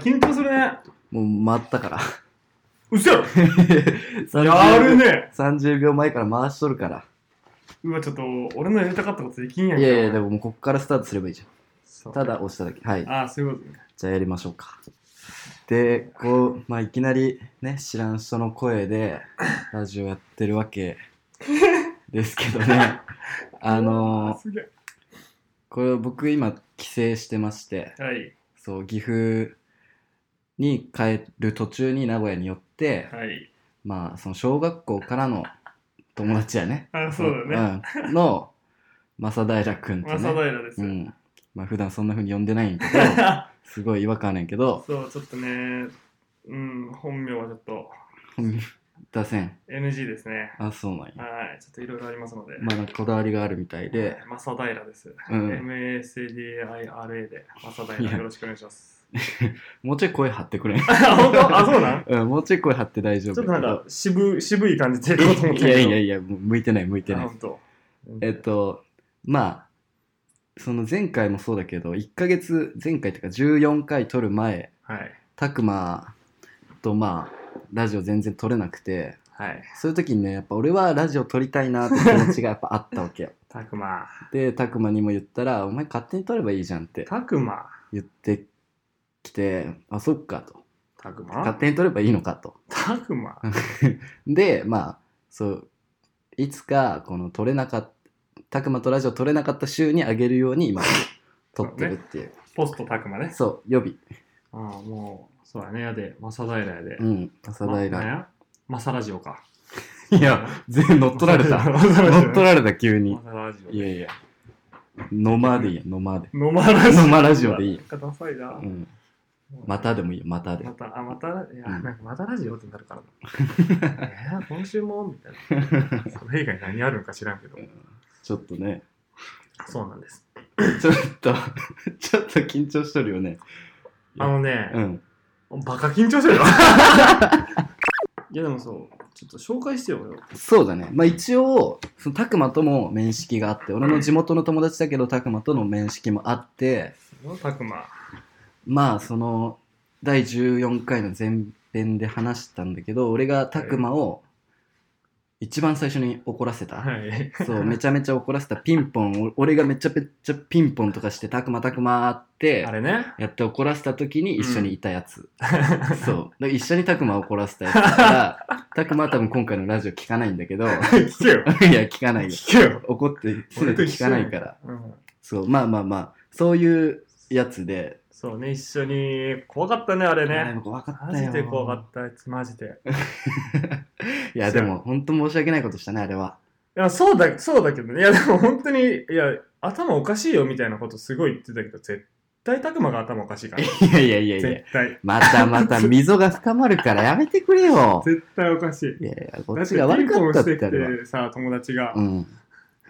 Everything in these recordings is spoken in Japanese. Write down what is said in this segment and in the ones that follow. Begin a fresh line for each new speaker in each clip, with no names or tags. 緊張するね。
もう待っ たから。
うっせろ
30
やるね
30秒前から回しとるから。
うわ、ちょっと、俺のやりたかったことできんやん
い
か。
やいや、でももうこっからスタートすればいいじゃ
そう。
ん。ただ押しただけ。はい。
ああ、そういうことね。
じゃあやりましょうか。で、こう、まあ、いきなりね、知らん人の声で、 ラジオやってるわけですけどね。あのー
ー、すげえ。
これ僕今、帰省してまして、
はい、
そう、岐阜に帰る途中に名古屋に寄って、
はい。
まあ、その小学校からの友達やね。
あそうだね。
ね。うん。の、正平くんと
正
ね。
平です
う
よ。
ん。まあ、普段そんな風に呼んでないんやけど、すごい違和感あるんやけ ど、
そう、ちょっとね、うん、本名はちょっと
出せん。
NG ですね。
あ、そうなんや。
はい、ちょっといろいろありますので。
まあ、なんかこだわりがあるみたいで、
正平です。
うん
MASDIRA で、正平よろしくお願いします。
もうちょい声張ってくれん。
あ、本当あ、そうなん
うん、もうちょい声張って大丈
ちょ
夫
っと
やけ
な
ど。
んか渋渋い感じでいこうと思った
いや
けど
いやいや、もう向いてない、向いて
あ
ない
ほ。んと
えっと、まあ、その前回もそうだけど、1ヶ月、前回というか14回撮る前、
はい
たくまとまあラジオ全然撮れなくて
はい
そういう時にねやっぱ俺はラジオ撮りたいなって気持ちがやっぱあったわ けよ
たくま
でたくまにも言ったら「お前勝手に撮ればいいじゃん」って
たくま
言ってきて「あそっか」と
たく
「勝
ま
手に撮ればいいのか」と
たくま
でまあそういつかこの撮れなかったたくまとラジオ撮れなかった週にあげるように今撮ってるっていう
ポストたくまね
そう予備
ああもうそうやねやでマサダイラやで
うん朝
ま
平
なん
が
やマサラジオか
いや全然乗っ取られ た
マサラジ
乗
オ
っ取られた急に
マサラジオ
いやいや。ノマでいいや、ノマで。
ノマラジオ
ノマラジオでいい
なんかダサいな
うん。またでもいいよ、またで
ま。たあまたいや
うん
なんかまたラジオってなるから なえー今週もみたいなそれ以外何あるのか知らんけど
ちょっとね。
そうなんです
ちょっと、 ちょっと緊張しとるよね。
あのね
うん。
バカ緊張してる よ。いやでもそう、ちょっと紹介してよ、俺を
そうだね。まあ一応、その、たくまとも面識があって、俺の地元の友達だけど、たくまとの面識もあって、
たくま。
まあその、第14回の前編で話したんだけど、俺がたくまを一番最初に怒らせた。
はい。
そう、めちゃめちゃ怒らせたピンポン、お俺がめちゃめちゃピンポンとかして、たくまたくまーって
あ、れね。
やって怒らせた時に一緒にいた やつ。
聞
そう。だから一緒にたくま怒らせたやつだ から、たくまは多分今回のラジオ聞かないんだけど、いや、
けよ。
聞かないよ。
聞けよ。
怒ってすぐ聞かないから。
うん。
そう、まあまあまあ、そういうやつで。
そうね、一緒に。怖かったね、あれ
あーで
ね。
も怖かっ
マ
た
ジ
よ。
で怖かった、あいつマジで。い
いや、でも本当申し訳ないことしたね、あれは。
や、そうだ、そうだけどね。いや、でも本当に、いや、頭おかしいよみたいなことすごい言ってたけど、絶対たくまが頭おかしいから。
いやいやいやいや
絶。対。
またま た溝が深まるからやめてくれよ。
絶対おかしい。
いやいや、こ
だ
っ
っ
ち
てピ
が悪
ン
か
ポ
っ
ン
たっ
して
て
き
あれは。
てさ、友達が。
うん。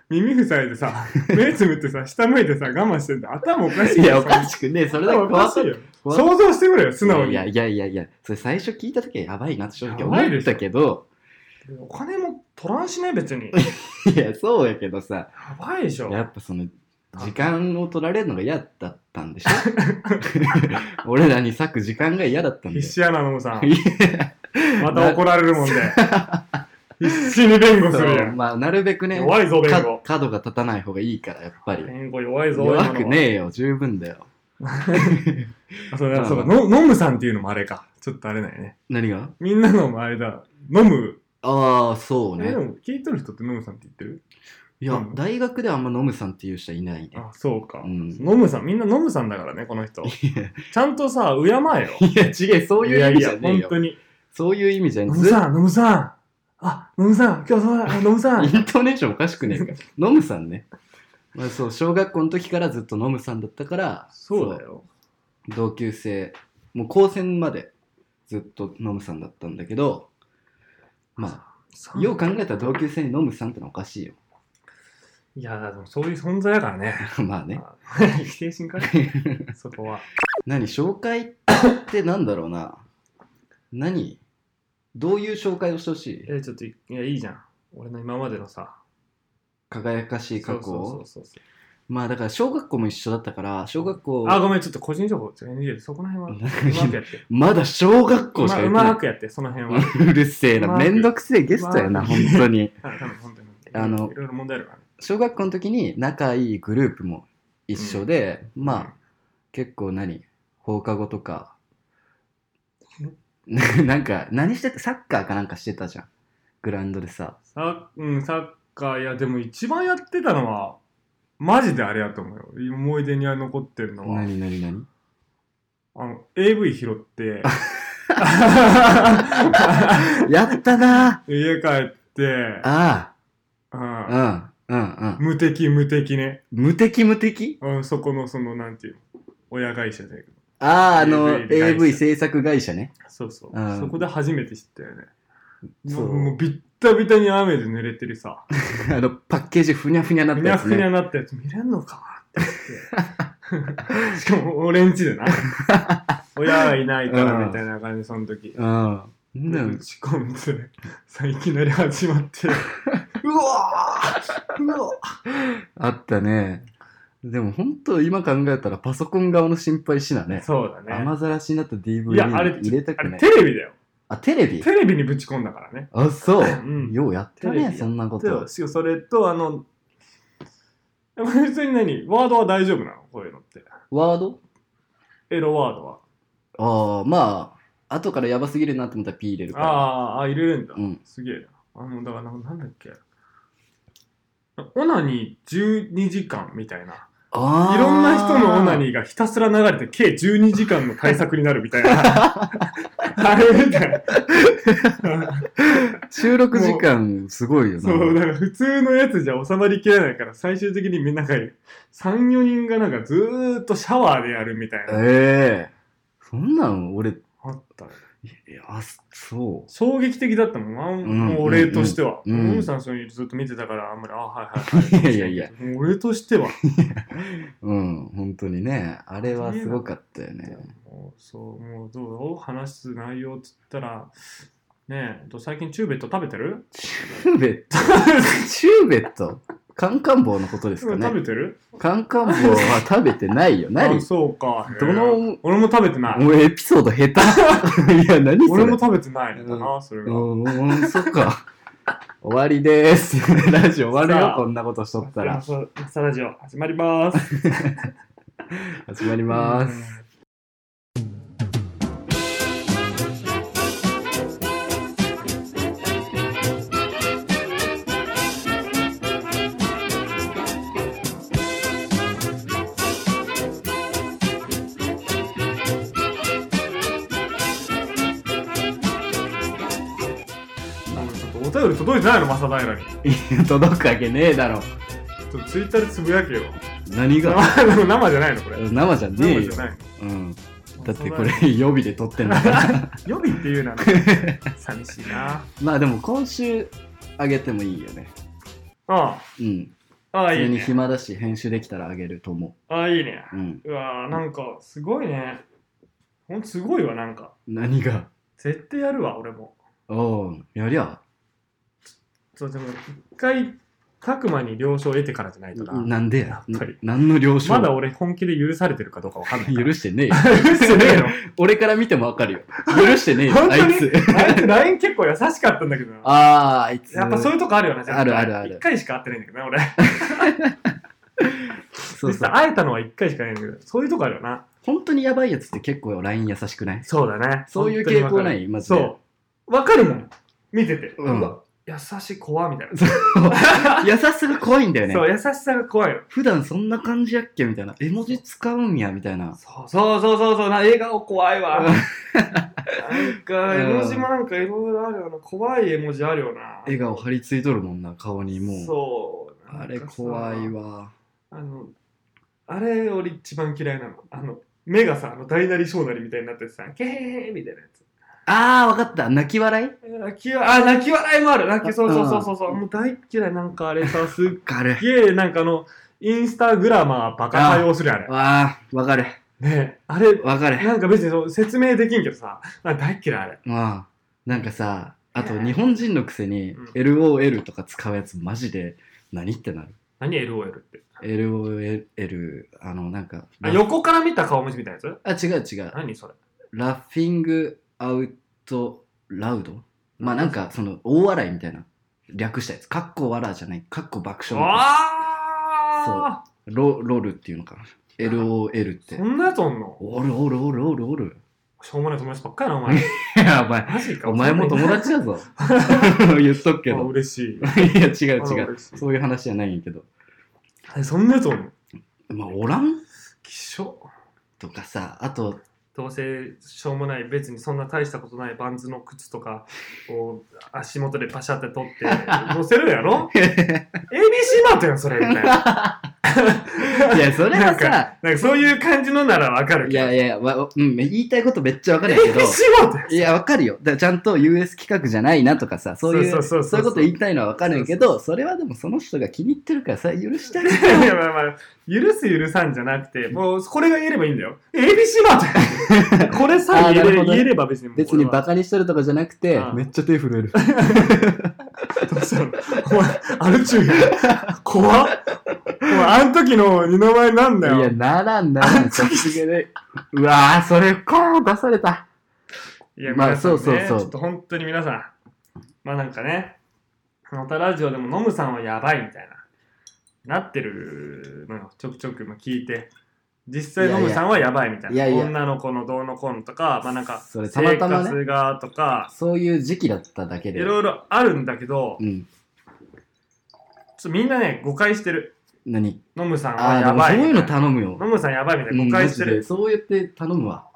耳塞いで さ、目つぶってさ、下向いてさ、我慢してんだ。頭おかしい
いや、お
よ。
かしくねえ、それだけ
頭お
怖
かし
か
い
っ
よ。
怖かっ
想像してくれよ、素直
い
に。
やいやいやいや、それ最初聞いた時はやばいなって正直
や
思
ばいでしょ
ったけど、
お金も取らんしね、別に。や
いや、そうやけどさ、
ばいでしょ。
やっぱその、時間を取られるのが嫌だったんでしょ 俺らに割く時間が嫌だったんだ
必
よ。
死やな、ノムさん。
いや
また怒られるもんで。必死に弁護するや。
そうんまあ、なるべくね、
弱いぞ、弁
か
護。
角が立たない方がいいから、やっぱり。
弁護弱いぞ、
弱く
え。
ねえよ、十分だよ。
あそうだ、そうだ、ノノムさんっていうのもあれか。ちょっとあれだよね。
何が
みんなのあれだ。ノム。
ああ、そう
え
ね
で。も聞いとる人ってノムさんって言ってる
いや
う、ん
大学ではあんまノムさんっていう人はいないね。
あ、そうか。
うん
ノムさん、みんなノムさんだからね、この人。ちゃんとさ、敬えよ。
いや、違え、そういう意味じゃねえ
本
よ
当。に。
そういう意味じゃ
ノ
ね
ム
え。ず
さん、ノムさん。あ、ノムさん、今日そうだ、ノムさん。
イントネーションおかしくね えか。ノムさんね。まあそう、小学校の時からずっとノムさんだったから、
そうだよ。
そう同級生、もう高専までずっとノムさんだったんだけど、まあ、よう考えたら同級生にノムさんってのはおかしいよ。
いや、でもそういう存在だからね。
まあね。
まあ 否定心かいそこは。
何、紹介ってなんだろうな。何どういう紹介をしてほしい
え、ちょっと、いや、いいじゃん。俺の今までのさ。
輝かしい過去を
そうそうそうそう。
まあだから小学校も一緒だったから、小学校、
あ、ごめん、ちょっと個人情報、ちょ NG で、そこら 辺は、うまくやって。
まだ小学校しか
まう
言ってな
ま
い。
くやって、その辺は。
うるせえな、
うまく
めんどくせえゲストやな、
うま
本
く
当に。
あ多分本当に。
あの
いろいろ問題あるからね。
小学校の時に仲いいグループも一緒で、まあ、結構何放課後とか なんか何してたサッカーかなんかしてたじゃんグラウンドでさ
サッ,、うん、サッカー、いや、でも一番やってたのは、マジであれやと思うよ。思い出に残ってるのは、
何何何
あの、AV 拾 って、
やったな
家帰って
ー、あ
うん
あうんうんうん
無敵無敵ね。
無敵無敵
うん、そこの、その、なんていうの、親会社で。
あああの
AV 会社
AV 制作会社ね
そうそう。
うん
そこで初めて知ったよね。
そ
も
う
うもうビッタビタに雨で濡れてるさ。
あのパッケージふにゃふにゃなっ
ふ
た
に
や
ゃ
つ
ふに
ね
ゃなったやつ見れんのかって思って。 しかも俺んち でな。親がいないからみたいな感じ、その時。
うん
で
な
打
ん
ち込んで、さ、いきなり始ま って。うわーうわ
あったねでも本当今考えたらパソコン側の心配しな
ー
ね
そうだね。
雨ざらしになった
いや、あ
DVD
れ、
に入れた
あ
くな
れ
い
テレビだよ。
あテレビ
テレビにぶち込んだからね。
あそう、
ん
ようやった
テレビや
ね
った
そんなこ
で
と
しそれとあの普通に何ワードは大丈夫なのこういうのって
ワード
エロワードは
ああまあ後からやばすぎるなって思ったら P 入れるから
あーあ入れるんだ、
うん
すげえなあのだからななんだっけオナニー12時間みたいな
あー
いろんな人のオナニーがひたすら流れて計12時間の対策になるみたいな あれみたいな
収録時間すごいよな
そう、だから普通のやつじゃ収まりきれないから、最終的にみんなが3、4人がなんかずーっとシャワーでやるみたいな。
ええそんなん俺い
あったね
やあそ
衝撃的だったもんな、
ん
もう俺としては。
う
うん
うん
ん、さんそういうのずっと見てたから、あんまり、あ、はいはい
い
は
や
い。
いやいや。
俺として は。
ううん本当にねあれはすごかったよね
もうそう、もうどう話す内容っつったら、ねえ、と最近チューベット食べてる
チューベットチューベットカンカン棒のことですか
食
ね
べてる
カンカン棒は食べてないよ何
あそうか。へえ
どの
俺も食べてない。
もうエピソード下 手いや何それ
俺も食べてないんだな、それが。
うーん、そっか。終わりでー す。ラジオ終わるよ
さ、あ
こんなことしとったら。
そう朝ラジオ始まります。
始まりまーす。
なんかちょっとお便り届いてないの、正平に。
いや届くわけねえだろ。
ちょっとツイッターでつぶやけよ。
何が
生 でも生じゃないの、これ。
生じゃねえ
生
よ
じゃ。ないの。
うん。だって
正平
これ。予備で撮ってんだ から。
予備っていうのは ね寂しいな。
まあでも今週あげてもいいよね。
あ
うん。
あ、ああ、
普
い
通
い
に
ね。
暇だし、編集できたらあげると思
ああ、いいね。
う。うん。
うわーなんかすごいね。ほんとすごいわ、なんか。
何が
絶対やるわ、俺も。
おう、やりゃ、
そう、でも、一回、拓磨に了承を得てからじゃないとな。
なんでや。
やっぱり
何の了承
まだ俺本気で許されてるかどうかわかんないから。
許してねえよ。
許してねえの。
俺から見てもわかるよ。許してねえよ、
本当
あ
に
いつ。
あいつ LINE 結構優しかったんだけどな
ああ、あいつ。
やっぱそういうとこあるよね絶対
あるあるある
一回しか会ってないんだけどね俺
そ
実
うそう
際。会えたのは一回しかないんだけどそういうとこあるよな
本当にやばいやつって結構 LINE 優しくない
そうだね
そういう傾向な
本
いま
当にわかる
ず
そうわかるも
で。
ん見てて、
うん
わ優しい怖みたいな、
優しさが怖いんだよね
そ。う優しさが怖いよ
普段そんな感じやっけみたいな。絵文字使うんやみたいな。
そうそうそうそうそうな笑顔怖いわなんか絵
うん
文字もなんかいろいろあるよな怖い絵文字あるよな
笑顔張り付いとるもんな、顔にもう。
そう
あれ怖いわ。
あの、あれ俺一番嫌いなの。あの、目がさ、あの大なり小なりみたいになってさ、けへへへみたいなやつ。
ああ、わかった。泣き笑い
泣きわあ、泣き笑いもある。泣き、そうそう
あ
そうそうそう。もう大っ嫌い。なんかあれさ、すっ
かる。
げえ、なんかあの、インスタグラマーバカ対応するやんあれ。
わあ、わかる。
ねえあれ、
わかる。
なんか別にそう説明できんけどさ、なんか大っ嫌いあれ。
まあ、なんかさ、あと日本人のくせに
うん
LOL とか使うやつマジで何ってなる。
何 LOL って。
LOL、あの、なんか、
あ、
ラ
横から見た顔文字みたいなやつ
あ違う違う。
何それ
ラッフィングアウトラウドまあなんか、その、大笑いみたいな。略したやつ。かっこ笑じゃない。かっこ爆笑みたいな
ああ
ロロールっていうのかな。LOL って
そ。んなやつおんの
おるおるおるおるおる。
しょうもない友達ばっかりな、お前。
やばい。
マジか。
お前も友達だぞ。言っとくけ
あ
ど。
嬉しい。
いや、 違う違
あ
う。
嬉しい
そういう話じゃないんやけど。
えそんなやつおんの
まあ、おらん
きしょ。
とかさ、あと、
どうせしょうもない別にそんな大したことないバンズの靴とかを足元でパシャって取 って乗せるやろ ABC マートやんそれみたいな
いや、それ
な
は
んか
さ、
なんかそういう感じのならわかる
い
けど
やいや、わうん、言いたいことめっちゃわかるんやけ
ABC
ど、
マートやん
いや、わかるよ。だからちゃんと US 企画じゃないなとかさ、そういう、
そうそうそうそう
そういうこと言いたいのはわかるんやけど、それはでもその人が気に入ってるからさ、許して あげてよ。
いやまあまあ許す許さんじゃなくてもうこれが言えればいいんだよ ABC マートやんこれさえ言
あー
え
なる
れ
ほど
言えれば別にもう
別にバ
カ
カにしてるとかじゃなくて、
うん
めっちゃ手震える。
お前アルチューやん怖っお前あん時の二の前なんだよ
いや、ならんならん、さすがで。うわぁ、それ、こう出された。
いや、
まあ
皆さんね
そうそうそう
ちょっと本当に皆さん、まあなんかね、またラジオでもノムさんはやばいみたいな、なってるのよ、ちょくちょくまあ聞いて、実際
いや
ノ
いや
ムさんはやばいみたいな、
いやいや
女の子のどうのこうのとか、まあなんか、
そ
生
れたまたまね
活がとか、
そういう時期だっただけ
い
で。
ろいろあるんだけど、ちょ
うん。
っとみんなね、誤解してる。
何
ノムさんは
あ
や
あ、
ばい
でもそういう
みた
の
いな。
頼むよ
ノ。ムさんやばいみたいな
うん
誤解して
マジで
る。
そう言って頼 むわ。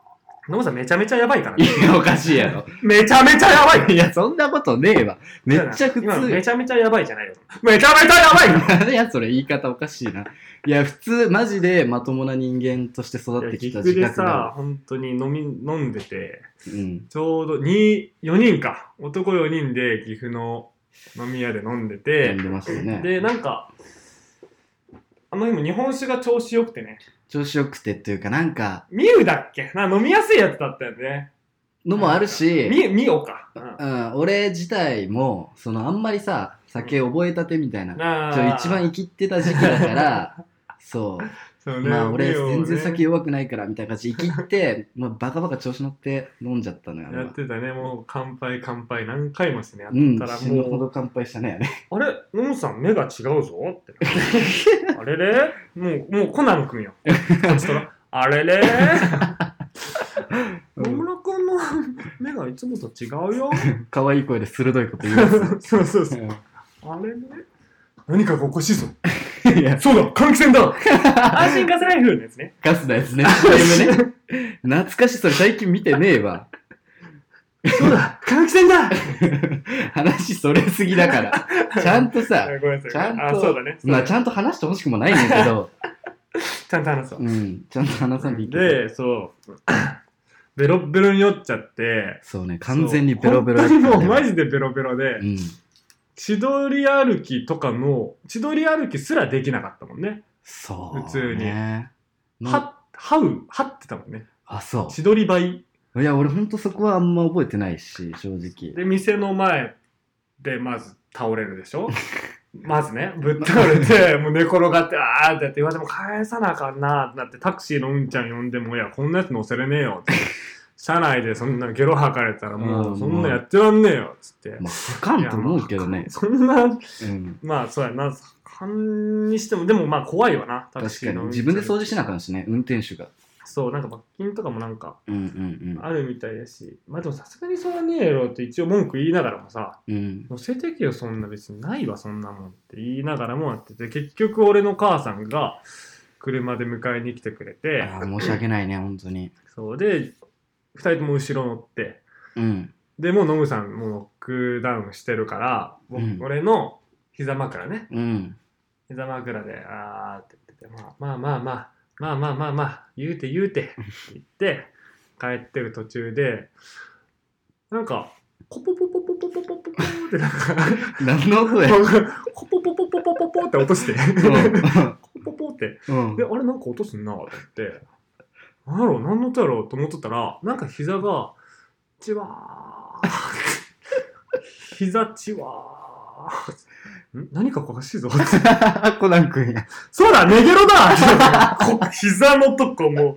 ノムさんめちゃめちゃやばいから
い
ね。
や、おかしいやろ。
めちゃめちゃやばい
いや、そんなことねえわ。めっちゃ普
今のめ
通。
ちゃめちゃやばいじゃないよ。めちゃめちゃやばいよ
いや、それ言い方おかしいな。いや、普通、マジでまともな人間として育っ
い
て
や岐
きた
阜
自
で
覚があ
さ、本当に飲み飲んでて、
る。うん。
ちょうどに4人か、男4人で岐阜の飲み屋で飲んで
飲
て
ん、でましたよね。
で、なんか、あの日も日本酒が調子よくてね、
調子よくてっていうか、なんか、
ミウだっけな飲みやすいやつだったよね。
のもあるし、
ミミオか。う
うん、俺自体も、その、あんまりさ、酒覚えたてみたいな、
んなあ
ちょ一番生きってた時期だから、そう。
そうね
まあ俺
ミオをね
全然酒弱くないからみたいな感じで生 きって、まあバカバカ調子乗って飲んじゃったのよ。あれ
や
は
ってたね、もう乾杯乾杯何回もしてね、やっ
うん、
たら
死ぬほ
もう、
ど乾杯したね、あれ。
あれ、ノムさん目が違うぞって。 あれれもう、もうコナン君よ。こっちとらあれ れ野村君の目がいつもと違うよ。
可愛い声で鋭いこと言うやつ
そうそうそう。
う
あれれ何かがおかしいぞ。
ん。いや、
そうだ換気扇だ安心ガスライフのやつね。
ガスだやつね、CM ね。懐かしい、それ最近見てねえわ。
そうだ換気扇だ
話それすぎだから。ちゃんとさ、
ごめんな
ち
さ
ゃ
い。
ん
あ、
と、
そうだ ね。そう
ま
だ
あ
ね
ちゃんと話してほしくもないんだけ ど、
ちゃんと話そう。
うん、ちゃんと話さんでいいけど。
で、そう。ベロッベロに酔っちゃって、
そうね、完全にベロベロだ
だ
っ
ったた。
ね
もうマジでベロベロで。
うん。
千鳥歩きとかの千鳥歩きすらできなかったもんね。
そう、ね。
普通に
に
は、はう、はってたもんね。
あ、そ
千鳥倍。
う。いや、俺ほんとそこはあんま覚えてないし、正直。
で、店の前でまず倒れるでし ょまずね、ぶっ倒れて、もう寝転がって、あーってやって、うわ、でも返さなあかんなーってなって、タクシーのうんちゃん呼んでも、いや、こんなやつ乗せれねえよ って。車内でそんなゲロ吐かれたら、も
うん
うそんなやってらんねえよっつって。
まあ、あかんと思うけど
い
ね
や。そんな、
うん。
まあそうやな、勘にしても、でもまあ怖いわな、タク
確
シ
か
ー
に
の。
自分で掃除しなあか
ん。
んしね、運転手が。
そう、なんか罰金とかもなんか
うんうん
あるみたいだし、まあでもさすがにそれはねえやろって一応文句言いながらもさ、
うん。うん。
乗せてけよ、そんな別にないわ、そんなもんって言いながらもやってて、結局俺の母さんが車で迎えに来てくれて、
ああ、申し訳ないね、本当に。
そうで、二人とも後ろ乗って、
うん。
でもうノムさんもうノックダウンしてるから、僕
うん
俺の膝枕ね、
うん。
膝枕で、あーって言ってて、まあまあまあまあ、まあまあまあまあ、言うて言うてって言って、帰ってる途中で、なんか、コポポポポポポポポポってなんか、
何の音や
コポポポポポポポって落として、
う
コポポって、
ん。うん
で、あれなんか落とすんなと思って、なんやろ、なんの音やろと思っとったら、なんか膝が、チワー、膝チワん何かおかしいぞ。
コナン君や。
そうだ、ネゲロだ こ膝のとこもう、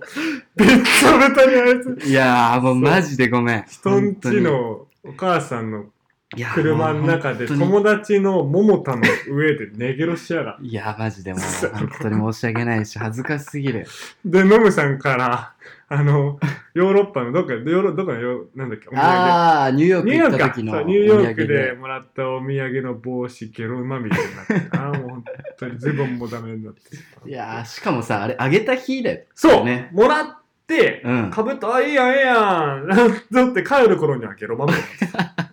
べっちゃべたにあいつ。
いやー、もうマジでごめん。
人んち
本
のお母さんの
当に
車の中で
いやもう本当に
友達の桃田の上でネゲロしやがる。
いや、マジでもう、本当に申し訳ないし、恥ずかしすぎる。
で、ノムさんから、あの、ヨーロッパのどっか、ヨーロどこのヨーなんだっけ、お土産。
あー、ニューヨーク
ニュー
行
ヨ
っ
ーク
た
か。そ
時
うニ
の。
ューヨークで。もらったお土産の帽子、ゲロまみれになってた、あーもう本当にズボンもダメになってた
いやー、しかもさ、あれ、あげた日だよ。
そう、
ね
もらって、
うん。
かぶって、あ、いいやん、いいやん。 だって帰る頃にはゲロまみれになってた。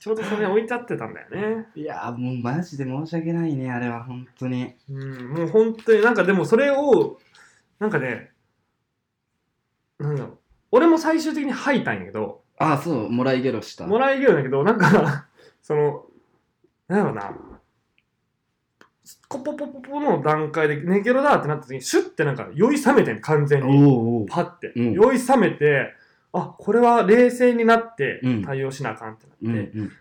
ちょうどそれ置いちゃってたんだよね。
いやー、もうマジで申し訳ないね、あれは、本当に。
うん、もう本当になんかでもそれを、なんかね、なんだろう。俺も最終的に吐いたんやけど、
あー、そう、もらいゲロした。
もらえるんだけど、なんか、 その、なんだろうな、コポポポポの段階で、ネゲロだってなった時に、シュッてなんか酔い冷めてん、完全
お
に。
うおう
パッて。
うん
酔い冷めて、あ、これは冷静になって
うん
対応しなあかんってなって、
うん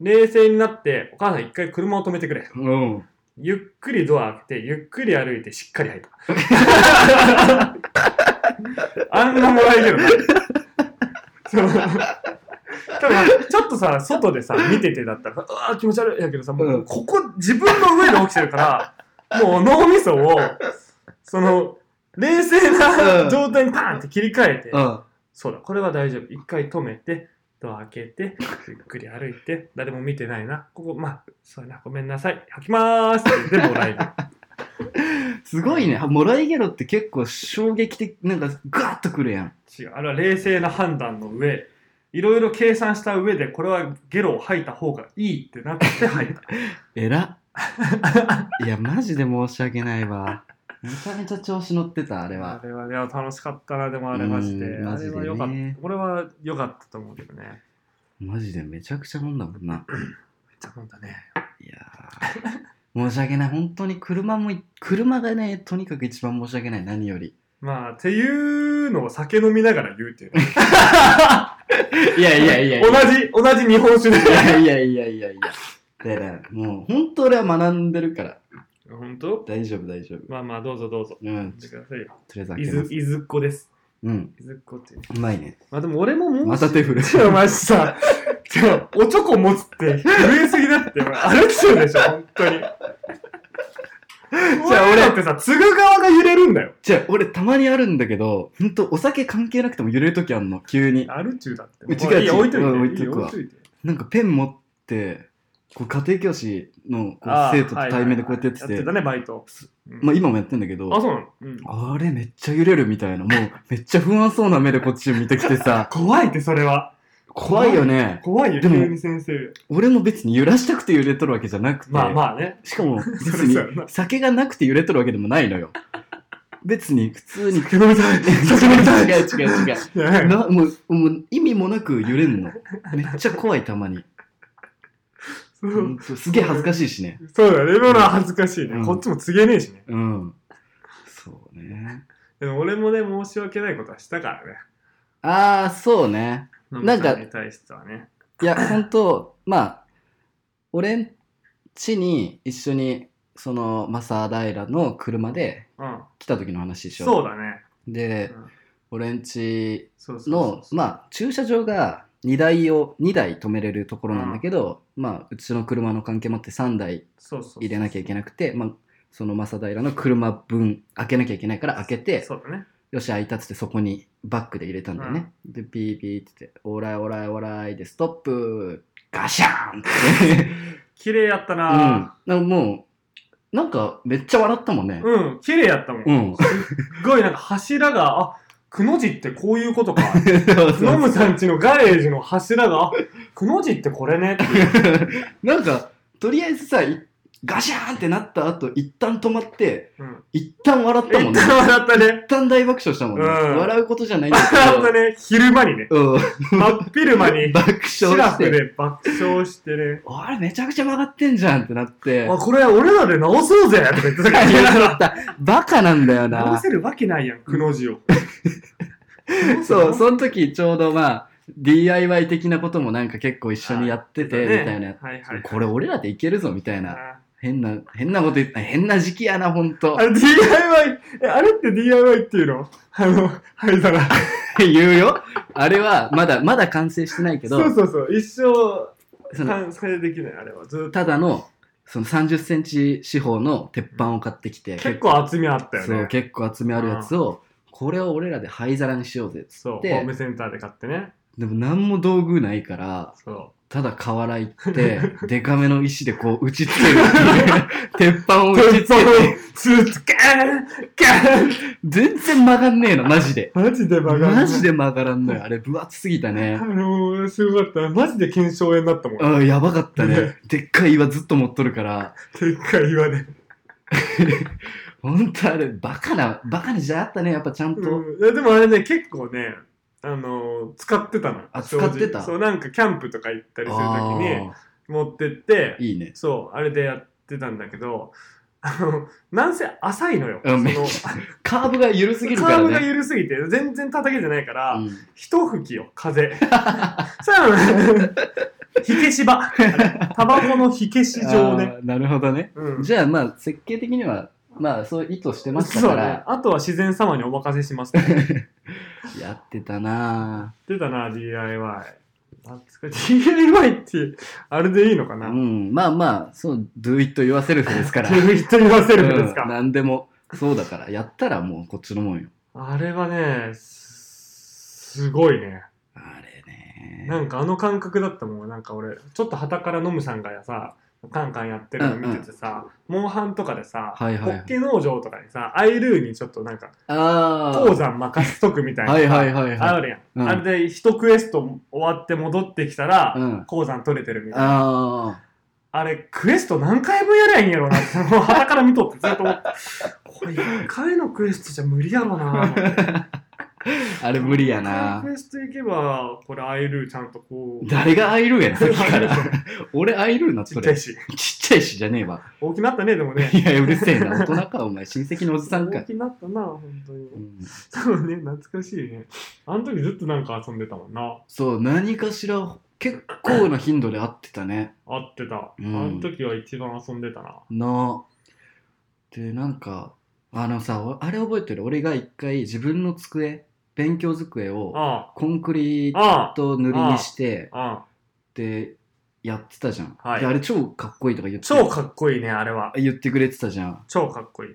冷静になって、お母さん一回車を止めてくれ。
うん。おう
ゆっくりドア開けて、ゆっくり歩いて、しっかり入った。 あんなもらえるよね。そう多分ちょっとさ、外でさ、見ててだったら、うわー気持ち悪いやけどさ、もううんここ、自分の上で起きてるから、もう脳みそを、その、冷静
う
なん状態にパーンって切り替えて、
うん。
そうだ、これは大丈夫。一回止めて、ドア開けて、ゆっくり歩いて、誰も見てないな。ここ、まあ、そうやな、ごめんなさい。吐きまーすって言ってもらえる。
すごいね。もらいゲロって結構衝撃的、なんかガーッとくるやん。
違う。あれは冷静な判断の上、いろいろ計算した上で、これはゲロを吐いた方がいいってなって吐いた。
えら いや、マジで申し訳ないわ。めちゃめちゃ調子乗ってた、あれは。
あれはね、楽しかったな、でもあれマジで。
うんマジでね
あれは良かった。これは良かったと思うけどね。
マジでめちゃくちゃ飲んだもんな。
めっちゃ飲んだね。
いやー申し訳ない。本当に車もい、車がね、とにかく一番申し訳ない。何より。
まあ、っていうのを酒飲みながら言うっていうね、
いやいやいやいや。
同じ、同じ日本酒で。
いやいやいやいや。だから、もう本当俺は学んでるから。
本当
大丈夫大丈夫。
まあまあ、どうぞどうぞ。
うん。
言
と
ってくださいよ。
り
い
あえず開けます
ず、。いずっこです。
うん。
いずっこっていう。
うまいね。
まあでも俺ももう。
また手振る
違う、マジさ。違う、おちょこ持つって震えすぎだって、歩きちゃうでしょ、本当に。じゃあ俺だってさ、継ぐ側が揺れるんだよ。
じゃあ、俺たまにあるんだけど、ほんとお酒関係なくても揺れるときあんの、急に。
アルチューだって。
うちが
いいよ置いといて。
うん置い
いい
と
よ
くわ
置いといて。
なんかペン持って、こう家庭教師のこう
あー
生徒と対面でこうやってやって
はいはいはいやって
て
た、ね、バイト。うん
まあ今もやってんだけど
あ、、そうなのうん。、
あれめっちゃ揺れるみたいな、もうめっちゃ不安そうな目でこっちを見てきてさ
怖いって、それは。
怖いよね。
怖いよ、
でも
急に先生。
俺も別に揺らしたくて揺れとるわけじゃなくて、
まあまあね。
しかも別
そりゃそうや
に
な
酒がなくて揺れとるわけでもないのよ。別に普通に。
酒飲み たい酒飲みたい
違う違う違う。
いやいや
なもうもう意味もなく揺れんのめっちゃ怖いたまに
そ
ほ
うん
とすげえ恥ずかしいしね
そうだね、今のは恥ずかしいね。
うん
こっちも告げねえしね。
うんそうね
でも俺もね、申し訳ないことはしたからね。
ああそうねなんか
ノムさに対してはね。
いやほんとまあ俺んちに一緒にそのマサダイラの車で
うん。
来た時の話でしょ
そうだね。
で、
うん
俺んち
そうそうそう
のまあ駐車場が2台を2台止めれるところなんだけど、まあうちの車の関係もあって3台
そうそうそう
入れなきゃいけなくて、まあ、その正平の車分開けなきゃいけないから開けて
そうだね。
よし開いたっつってそこにバッグで入れたんだよね、でピーピーって言って「オーライオーライオーライ」でストップガシャーンって
綺麗やった
うん
な
なんかもうなんかめっちゃ笑ったもんね
ぁうん、綺麗やったもん。
う
すっ
ん、
ごいなんか柱が、あ、くの字ってこういうことか。
そうそう
ノムさんちのガレージの柱が、あ、くの字ってこれねっていう。
なんかとりあえずさいガシャーンってなった後一旦止まって
うん。
一旦 笑ったもんね
一旦笑ったね。
一旦大爆笑したもん
う
ね、
ん
笑うことじゃないんだ
笑った
け
ね。昼間にね。
ど、うん、、
真っ昼間に
爆笑
シ
し
ラフ
て
で爆笑してね。
あれめちゃくちゃ曲がってんじゃんってなって。
あ、これ俺らで直そうぜとか言ってたから、
バカなんだよ
直
な。
せるわけないやん、くの字を。
そう、その時ちょうどまあ、 DIY 的なこともなんか結構一緒にやってて、み
ね
たいな、
はいはいはい
これ俺らでいけるぞみたいな、
あ
変な、変なこと言った、変な時期やな、ほんと
あ。れ DIY、えあれって DIY っていうのあの、灰皿。
言うよ。あれは、まだ、まだ完成してないけど、
そうそうそう。一生
その
完成できない、あれは。ずっと。
ただの、その30センチ四方の鉄板を買ってきて、
結構厚みあったよ
そう、
ね。
結構厚みあるやつを、これを俺らで灰皿にしようぜっつ
そう、
っ
ホーム
て、
センターで買ってね。
でも何も道具ないから、
そ
ただ瓦行 って、デカめの石でこう打ちつける。 鉄板を
う。
打ちつけて、
スーツ、ガーンガーン
全然曲がんねえの、マジで。
マジでバカ
マジで曲がらんのよ。あれ、分厚すぎたね
あ。のー、すごかった。マジで検証炎だったもん。
うん、やばかったね。でっかい岩ずっと持っとるから、
でっかい岩で。
ほんとあれ、バカな、バカな時代あったね、やっぱちゃんと。
うんいやでもあれね、結構ね、あのー、使ってたの。
あ
正直
使ってた
そう、なんかキャンプとか行ったりするときに
あ
持ってって
ー、いいね。
そう、あれでやってたんだけど、あの、なんせ浅いのよ。
う
そ
ん
の
めっちカーブが緩すぎる
カ
から
ー
ね。
ブが緩すぎて、全然叩けてないから、
うん
一吹きよ、風。 さあ、 火消し場。タバコの火消し場ね。
あーなるほどね。
うん。
じゃあまあ設計的にはまあそう意図してました
そ
か
うね
ら、
あとは自然様にお任せします、ね。
やってたな
出たな、DIY。あつか DIY って、あれでいいのか
ぁ
な、
うんまあまあそう「do it yourself」です から
自分人言わせるんです
うん
か、
何でもそうだからやったらもうこっちのもんよ
あれはね、すすごいね。
あれね
なんかあの感覚だったもん。なんか俺、ちょっと旗からノムさんがさ、カンカンやってるの見ててさ、モンハンとかでさ、
はいはいは
ホ
い
ッケ農場とかにさ、アイルーにちょっとなんか、
ああ
鉱山任せとくみたいな。
はいはいはい
あ
はい
るやん。
うん
あれで一クエスト終わって戻ってきたら、
うん
鉱山取れてるみたいな。
あ
あれ、クエスト何回分やりゃいいんやろうなって、もう肌から見とってずっと思って、これ1回のクエストじゃ無理やろな。
ああれ無理 や
一回
な
クエスト行けば、これアイルーちゃんとこう。
誰がアイルーやんさっきか
アイ
ら 俺アイルーなっ
ちっ
と
ちゃい
る
し。
ちっちゃいしじゃねえわ
大きなったね、でもね。
いやうるせえな大人かお前親戚のおじさんか
大きなったな、本当
う
に。
ん
そうね、懐かしいね。あの時ずっとなんか遊んでたもんな。
そう何かしら結構な頻度で会ってたね
会ってた。あ
う
の
ん
時は一番遊んでたな。
なでなんかあのさおあれ覚えてる俺が一回自分の机勉強机を
あ
コンクリ
あ、
ー
あ
ト塗りにして
あ、ああ。
でやってたじゃん、
はい
であれ超かっこいいとか言って
超かっこいいね、あれは。
言ってくれてたじゃん
超かっこいい。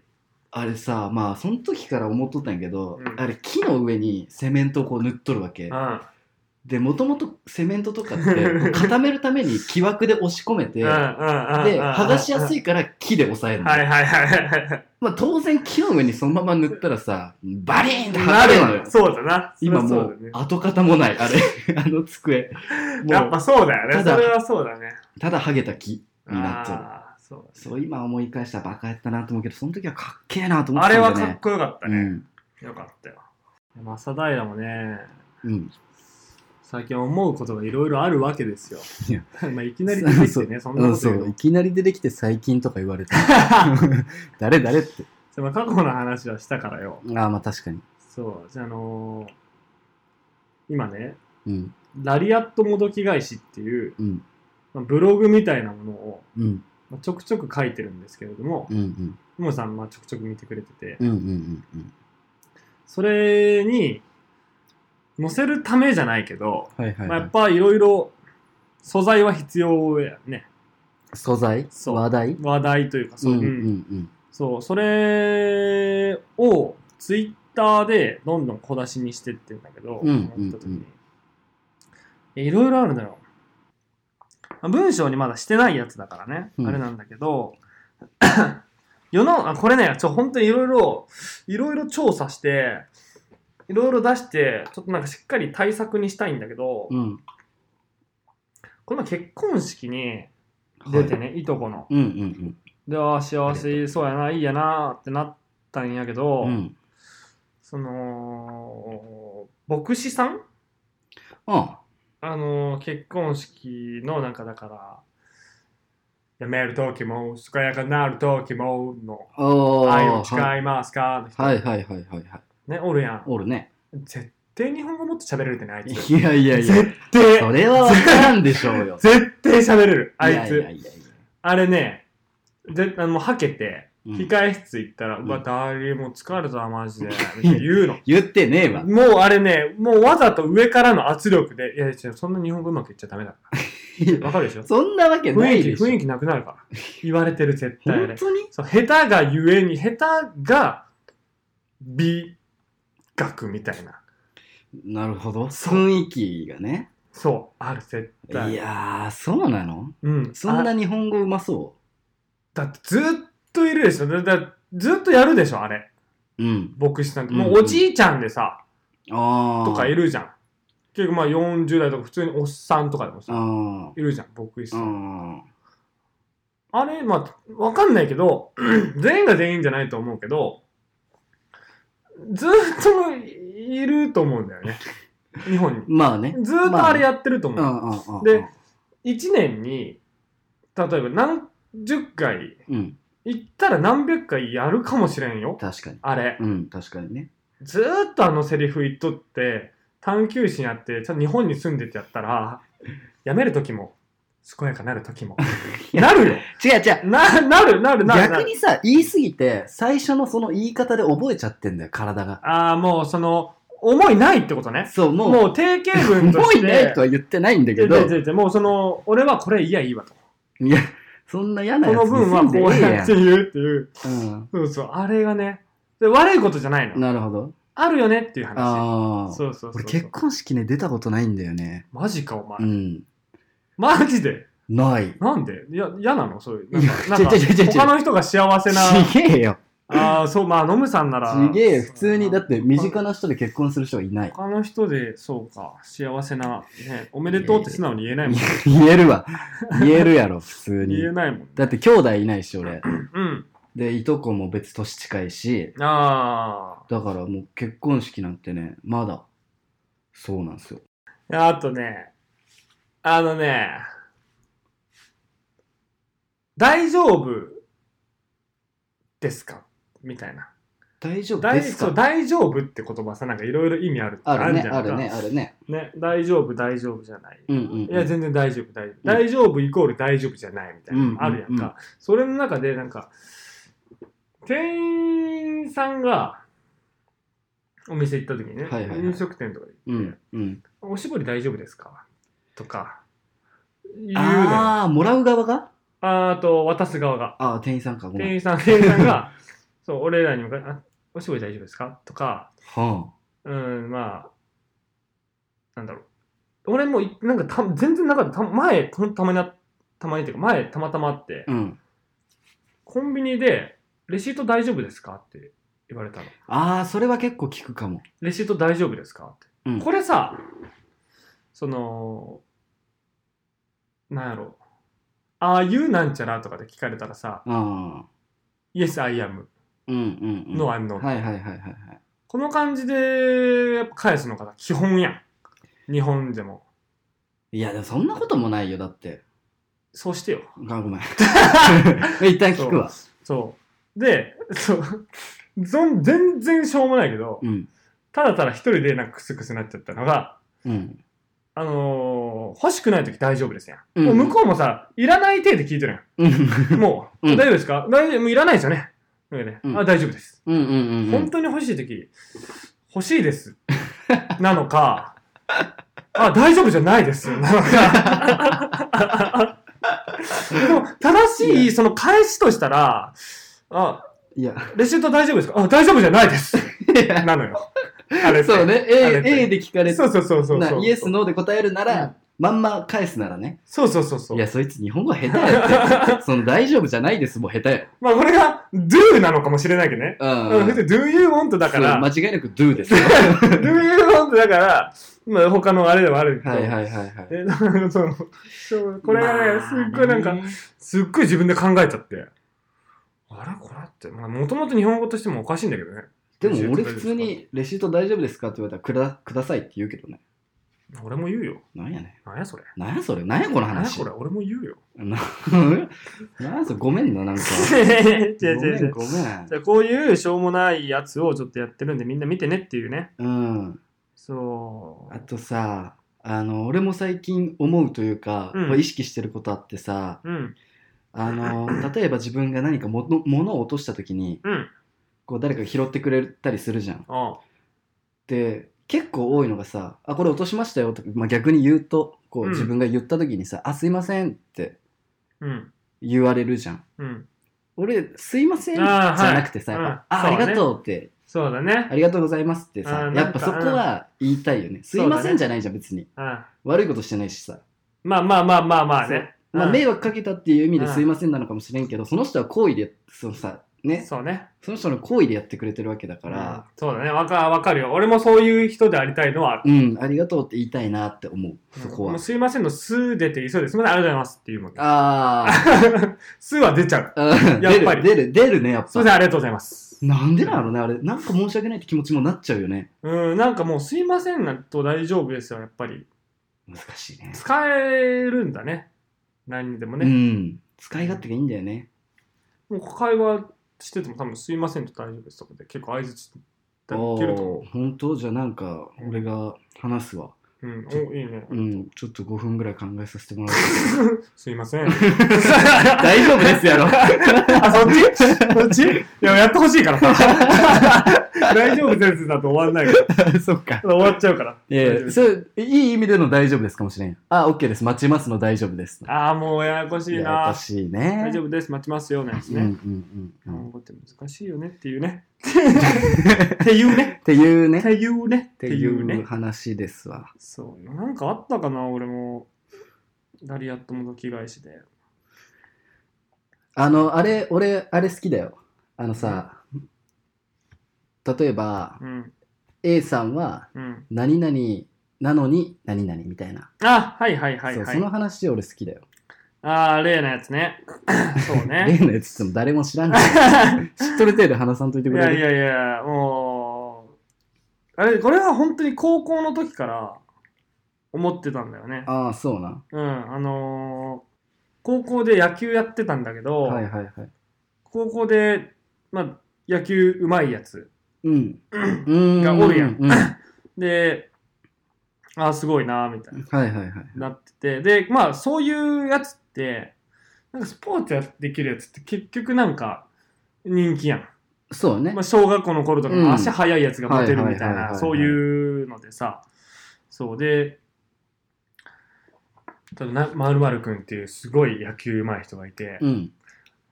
あれさまあその時から思っとったんやけど、
うん
あれ木の上にセメントをこう塗っとるわけ、
うん。
でもともとセメントとかってこ う固めるために木枠で押し込めて、
うんうんうんうん
で、剥がしやす
い。
いから木で押さえるの。
はいはいはいはいはい。
まあ当然木の上にそのまま塗ったらさ、バリーンって剥がれるのよ。
そうだな。
今
そりゃ
も
そう
う
だね
跡形もない、あれ。 あの机。
やっ
も
ぱそうだよね。
ただ
それはそうだね。
う、ただ剥げた木になっちゃう。
ああ、そうだ
そう、今思い返したらバカやったなと思うけど、その時はかっけえなと思っ
あ
て
れ
た
は
んだよ
か
ね
っ。こよかった
う
ね。
ん。
よかったよ。正平もね、
うん。
最近思うことがいろいろあるわけですよ
いや。
まあいきなり出てきてね、そんな
うん
こと
そ
言う
う、
の
いきなり出てきて最近とか言わ れた。誰誰って。
その過去の話はしたからよ。
ああ、まあ確かに。
そう。じゃあ、あのー、今ね、
うん。
ラリアットもどき返しっていう、
うん。
まあブログみたいなものを、
うん。
まあちょくちょく書いてるんですけれども
う、ん。うん。
ふもさん、まあ、ちょくちょく見てくれてて、
うん。うん。うん。うん。
それに、載せるためじゃないけど、
はいはい、
ま
は
あ、
い
やっぱいろいろ素材は必要やね。
素材
そう
話題
話題というか、そう、
うん。う
うん
ん。
そう、それをツイッターでどんどん小出しにしてってんだけど、
うん
思った時
うん
に
うん
えいろいろあるのよ。まあ文章にまだしてないやつだからね、
うん
あれなんだけど、 世の、あこれね、ちょ、本当にいろいろ、いろいろ調査して、いろいろ出して、ちょっとなんかしっかり対策にしたいんだけど、
うん。うん。
この結婚式に出てね、い、とこの。
うんうん
で、ああ、幸せそうやな、いいやなってなったんやけど、
うん。うん。
その牧師さん
あ
あの結婚式のなんかだから「やめる時も健やかになる時も」の「
あ。
愛を
はい
誓いますか?」の人、
はいはいはいはいはい。
ねおるやん
おるね。
絶対日本語もっと喋れるってね、あいつ。
いやいやいや、
絶対
それはわからんでしょうよ。
絶対喋れる、 あいつ。
ややいやいや
あれね、ぜあの、はけて、
うん
控室行ったら、
う
うんわ、誰もう疲れた、マ ジで、みたいな言うの。
言ってね えわ。
もうあれね、もうわざと上からの圧力で、いや、違うそんな日本語うまくいっちゃダメだから。わかるでしょ
そんなわけな
雰囲
い
気、
でしょ。
雰囲気なくなるから。言われてる、絶対あ
本
れ。
当に
そう、下手がゆえに、下手が美学みたいな。
なるほど。
そう
雰囲気がね。
そう、ある、絶
い
対。
やー、そうなの
うん。
そん
あ
な日本語うまそ
だってずっといるでしょ。だだずっとやるでしょ、あれ。
う。うん。
牧師さんって。
うんうん
もうおじいちゃんでさ、
ああ。
とかいるじゃん。結構まあ40代とか普通におっさんとかでも
あ
さ、
ー
いるじゃん、僕一
あ
緒に
ー。
あれ、まあ、わかんないけど、 全員が全員じゃないと思うけど、ずっといると思うんだよね。日本
まあね。
に。ずっとあれやってると思
う
う。
んうんうん。
で、1年に、例えば何十回、
うん。
行ったら何百回やるかもしれんよ。
確かに。
あれ。
うん、確かにね。
ずーっとあのセリフ言っとって探求心あってちゃんと日本に住んでてやったらやめる時も健やかなる時 もなるよ
違う違う。
ななるなるなるな
逆
る
にさ、言いすぎて、最初のその言い方で覚えちゃってんだよ、体が。
ああもうその思いないってことね
そう、もう、
もう定型文と
もう
して
いないとは言ってないんだけ
違う
ど、
違う違うもうその俺はこれいいやいいわと
いや、そんな嫌な
こ
やつ
の分は
に
こう
住んでねえ
や
や
っ
ん
て言うっていう
う
そうそうあれがねで悪いことじゃない
ん。
の
なるほど。
あるよねっていう話
ああ。
そうそうそう
俺
そ
結
う
婚式ね、出たことないんだよね。
マジかお前、
うん。
マジで
ない。
なんでいや、嫌なのそういう。
いや
なんか、
違う違う違う違う
他の人が幸せな。
ちげえよ。
ああ、そう、まあ、ノムさんなら。
ちげえよ。普通に、だって身近
な。
な人で結婚する人はいない。
他の人で、そうか、幸せな、ね、おめでとうって素直に言えないもん。
言える わ。言えるやろ、普通に
言え。ないもん。
だって兄弟いないし、俺。
うん。
で、いとこも別年近いし、
ああ。
だからもう結婚式なんてね、まだ、そうなんですよ。
あとね、あのね、大丈夫ですかみたいな。
大丈夫
大
です
そう
か
大丈夫って言葉さ、なんかいろいろ意味ある
あるね、
じゃ
あ
ない
るね、あるね。
ね、大丈夫、大丈夫じゃない。
うんうんうん
いや、全然大丈夫、大丈夫。大丈夫イコール大丈夫じゃないみたいな、
うんうんうん
あるやんか。それの中で、なんか、店員さんが、お店行った時にね、
はいはいはい
飲食店とかで
う
行って
ん、うん。
おしぼり大丈夫ですかとか、言うのよ。あ
あー、もらう側が
あと、渡す側が。
あー、店員さんか、ご
店
めん。
員さん、店員さんが、 そう、俺らに向かって、あおしぼり大丈夫ですかとか、
は
うん、まあ、なんだろう。俺もい、なんかた、全然なかった。た前、たたまにあ、たまにっていうか、前、たまたまあって、
あ。うん。
コンビニで、レシート大丈夫ですかって言われたの。
あー、それは結構聞くかも。
レシート大丈夫ですかって。
うん
これさ、その、なんやろう。ああいうなんちゃらとかで聞かれたらさ、
あ
Yes, I am.
ー。うんうんうん。
No, I'm not.
はいはいはいはいはい。
この感じで、やっぱ返すのが基本やん。日本でも。
いや、でもそんなこともないよ、だって。
そうしてよ。
あ、ごめん。一旦聞くわ。
そう。で、そう。ぞん全然しょうもないけど
う、ん。
ただただ一人でなんかクスクスなっちゃったのが、
うん。
あのー欲しくない時大丈夫ですやん。
うん
もう向こうもさ、いらない手で聞いてる
うん。
やん。もう、
うん
大丈夫ですか大丈夫もういらないですよね。だよね
うん
あ大丈夫です、
うんうんうん。
本当に欲しい時、欲しいです。なのか、あ、大丈夫じゃないです。なのか。でも、正しい、その返しとしたら、あ、
いや。
レシート大丈夫ですかあ、大丈夫じゃないです。なのよ。あれって
そう。ね。
あ
A,
れね
A で聞かれて
そうそうそうそう
な
そう。
イエス、
の。
ノーで答えるなら、
うん
まんま返すならね。
そうそうそうそ。
いうや、そいつ日本語下手や って。その大丈夫じゃないです、もう下手や。
まあこれが do なのかもしれないけどね。
うん
うん、普通 do you want だか
そう間
ら、
違いなく do です。
do you want だから、まあ他のあれでもあるけど。
はいはいはいはい。
えなんかそのそうこれがね、すっごいなん
まあ
か、
ね
すっごい自分で考えちゃって。あれこれって、まあもともと日本語としてもおかしいんだけどね。
でも俺普通にレシート大丈夫ですかって言われたらくだくださいって言うけどね。
俺も言うよ。
なんやね
なんやそれ。
ん。なんやそれなんやこの
なんや
話。
これ俺も言うよ。
な なんやそれごめんな、なんか。
違う
ご
違う
め
違
ん
う。
ごめん
じ。ゃあこういうしょうもないやつをちょっとやってるんでみんな見てねっていうね。
うん。
そう
あとさあの俺も最近思うというか、
うん
まあ意識してることあってさ
うん
あの 例えば自分が何かもの物を落とした時に
うん
こう誰かが拾ってくれたりするじゃん。
あ
で結構多いのがさ「あこれ落としましたよ」とか、まあ、逆に言うとこ
う
うん自分が言った時にさ「あすいません」って
うん
言われるじゃん。
うん
俺「すいません」じ
あー
ゃなくてさ「
はい
やっぱ
うんそ
あ
うね
ありがとう」って
そうだ
「あ
ね
りがとうございます」ってさ
うん
やっぱ
なん
そ
か
こは言いたいよね「すいません」じゃないじゃん別に
うん
悪いことしてないしさ
まあまあまあまあまあね
まあ、
うん
迷惑かけたっていう意味で
うん
すいませんなのかもしれんけど、その人は好意で、そのさ、ね、
そうね
その人の好意でやってくれてるわけだから、
うんそうだねわかわかるよ俺もそういう人でありたいのはある
うん、ありがとうって言いたいなって思う、そこ
も
は
う。すいませんの「す」出ていそうですすみませんありがとうございますっていうもんね
あ
「 す」は出ちゃう
あ、うん
やっ
出
ぱり
る、 出る、出るね、やっ
「すいません
ぱ。
ありがとうございます
なんでなのね、あれ。なんか申し訳ないって気持ちもなっちゃうよね。」
うんなんかもう「すいません」なんと大丈夫ですよやっぱり
難しいね。
使えるんだね何にでも
う
ね、
ん。使い勝手がいいんだよね。
もう会話してても多分「すいません」と大丈夫ですとかで結構相づちだいけると思
おー本当じゃあなんか、俺が話すわ。
う、うん、おいいね
うん、ちょっと5分ぐらい考えさせてもらう。
すいません
大丈夫ですや ろ。
あ、そっちそっちいや、やってほしいからさ。 大丈夫ですだと終わんないから。
そうか。
終わっちゃうから。
ええ、それいい意味での大丈夫ですかもしれん。あ、OK です。待ちますの大丈夫です。
ああ、もうややこしい
やや
な
こ。しいね。
大丈
夫
夫です、待ちますよ、なんです
うん
ね。
うんうんうん。
単語って難しいよねっていう ね。っていうね。
っていうね。
っていうね。っ
って
て
い
いう
う
ね。
話ですわ。
そう。なんかあったかな、俺も。ダリアットもどき返しで。
あの、あれ、俺、あれ好きだよ。あのさ、例えば
う、ん。
A さんは、
うん。
何々なのに、何々みたいな。
あ、はいはいはい
そう
は
その
い。
話俺好きだよ。
ああ、例のやつ ね。そうね。
例のやつっても誰も知らんけど知っとる程度話さんとい て
い
くれ
や
る。
いやいや、もう、あれ、これは本当に高校の時から思ってたんだよね。
ああ、そうな。
うん、あのー高校で野球やってたんだけど、
はいはいはい。
高校で、まあ、野球うまいやつ
うん。う ん。
がおるやん
ううはい
で、ああ、すごいな、みたいな、
はいはい。
なってて、で、まあ、そういうやつって、なんかスポーツやできるやつって結局なんか人気やん。
そうね
まあ、。小学校の頃とか
うん
も足速いやつがモテるみた
は
い
いはいはいはいは
ないそういうのでさそうでただなまるまるくんっていうすごい野球うまい人がいて、
うん。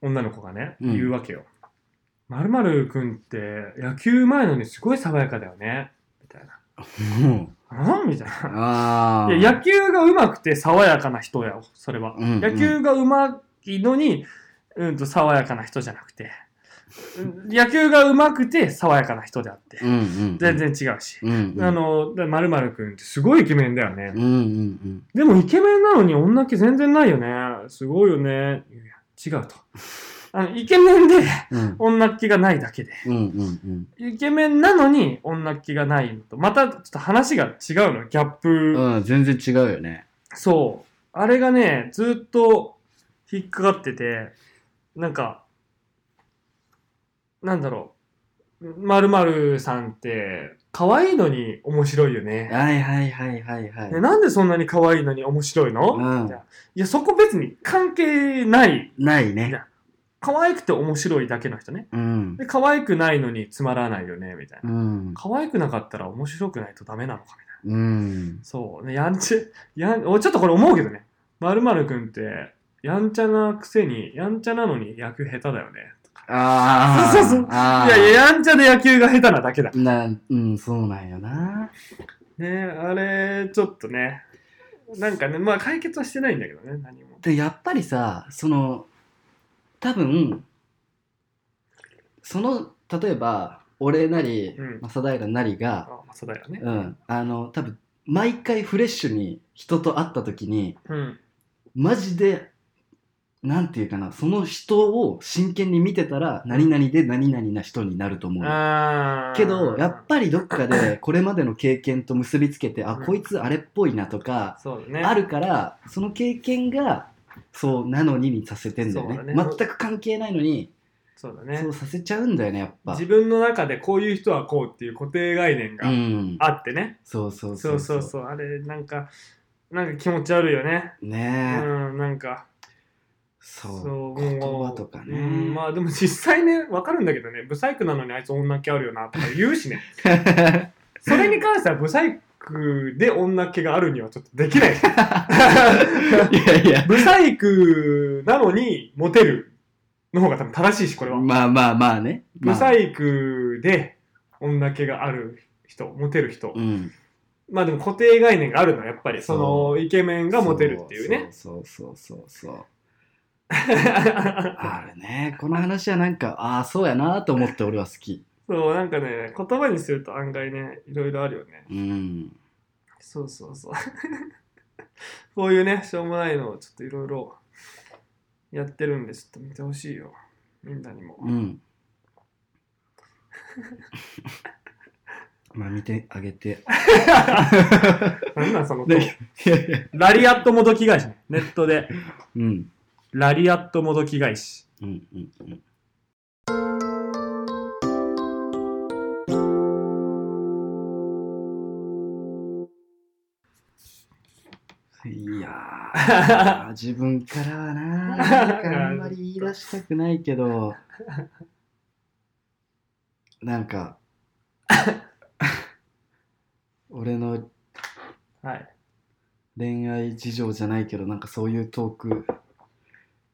女の子がね
うん
言うわけよ「まるまるくんって野球うまいのにすごい爽やかだよね」みたいな「あみたいな。
ああ。
いや野球がうまくて爽やかな人やよそれは、
うんうん
野球がうまいのに、うん、と爽やかな人じゃなくてうん野球がうまくて爽やかな人であって、
うんうん。
全。然違うし、
うん、うん。
あ、のまるまるくんってすごいイケメンだよね、
うんうん
でもイケメンなのに女気全然ないよねすごいよねいや違うとあのイケメンで
うん。うん
女気がないだけで
うんうん
イケメンなのに女気がないのとまたちょっと話が違うのギャップ、
うん。うん、全然違うよね。
そう。あれがね、ずっと引っかかってて、なんか、なんだろう。まるまるさんって、可愛いのに面白いよね。
はいはいはいはいはい。
ねなんでそんなに可愛いのに面白いの、
うん
みたいないや、そこ別に関係ない。
ない
い
ね。
や可愛くて面白いだけの人ね。
うん。
で、可愛くないのにつまらないよね、みたいな
う。ん。
可愛くなかったら面白くないとダメなのか、みたいな。
うん。
そうね、やんちゃ、 やん、おちょっとこれ思うけどね。まるまるくんって、やんちゃなくせに、やんちゃなのに野球下手だよね。
ああ。
そうそうそう
ああ。
いやいや、やんちゃで野球が下手なだけだ。
な、うん、そうなんよな。
ねあれ、ちょっとね。なんかね、まあ解決はしてないんだけどね、何も。
で、やっぱりさ、その、多分、その、例えば、俺なり、
うん
正平なりが、
あ、まあ、そうだよね。
うん、あの多分毎回フレッシュに人と会った時に
うん。
マジでなんていうかなその人を真剣に見てたら何々で何々な人になると思う
あー
けどやっぱりどっかでこれまでの経験と結びつけてあ
うん
こいつあれっぽいなとか
そうだね。
あるからその経験がそうなのににさせてんだよね
そうだね
全く関係ないのに
そうだね
そうさせちゃうんだよねやっぱ
自分の中でこういう人はこうっていう固定概念が
うん
あってね、
そうそう
そうそうそうあれなんかなんか気持ち悪いよねう
ねえ、
んなんか
そう
そう
言
もう
葉とかね、
うんまあでも実際ね分かるんだけどねブサイクなのにあいつ女気あるよなとか言う しねそれに関してはブサイクで女気があるにはちょっとで きない
いやいや
ブサイクなのにモテるの方が多分正しいしこれは、
まあまあまあね、
ブ
まあ、
サイクで女気がある人モテる人、
うん
まあでも固定概念があるのはやっぱり
そ
そうのイケメンがモテるっていうね
そうそうそうそうそうあるねこの話はなんかああそうやなと思って俺は好き
そうなんかね言葉にすると案外ねいろいろあるよね
うん
そうそうそう こういうねしょうもないのをちょっといろいろやってるんでちょっと見てほしいよみんなにも、
うんまあ見てあげて
なんなんその
ねいやいや
ラリアットもどき返しねネットで
うん
ラリアットもどき返し
うんうんうんいやー自分からはななんかあんまり言い出したくないけどなんか俺の
はい
恋愛事情じゃないけどなんかそういうトーク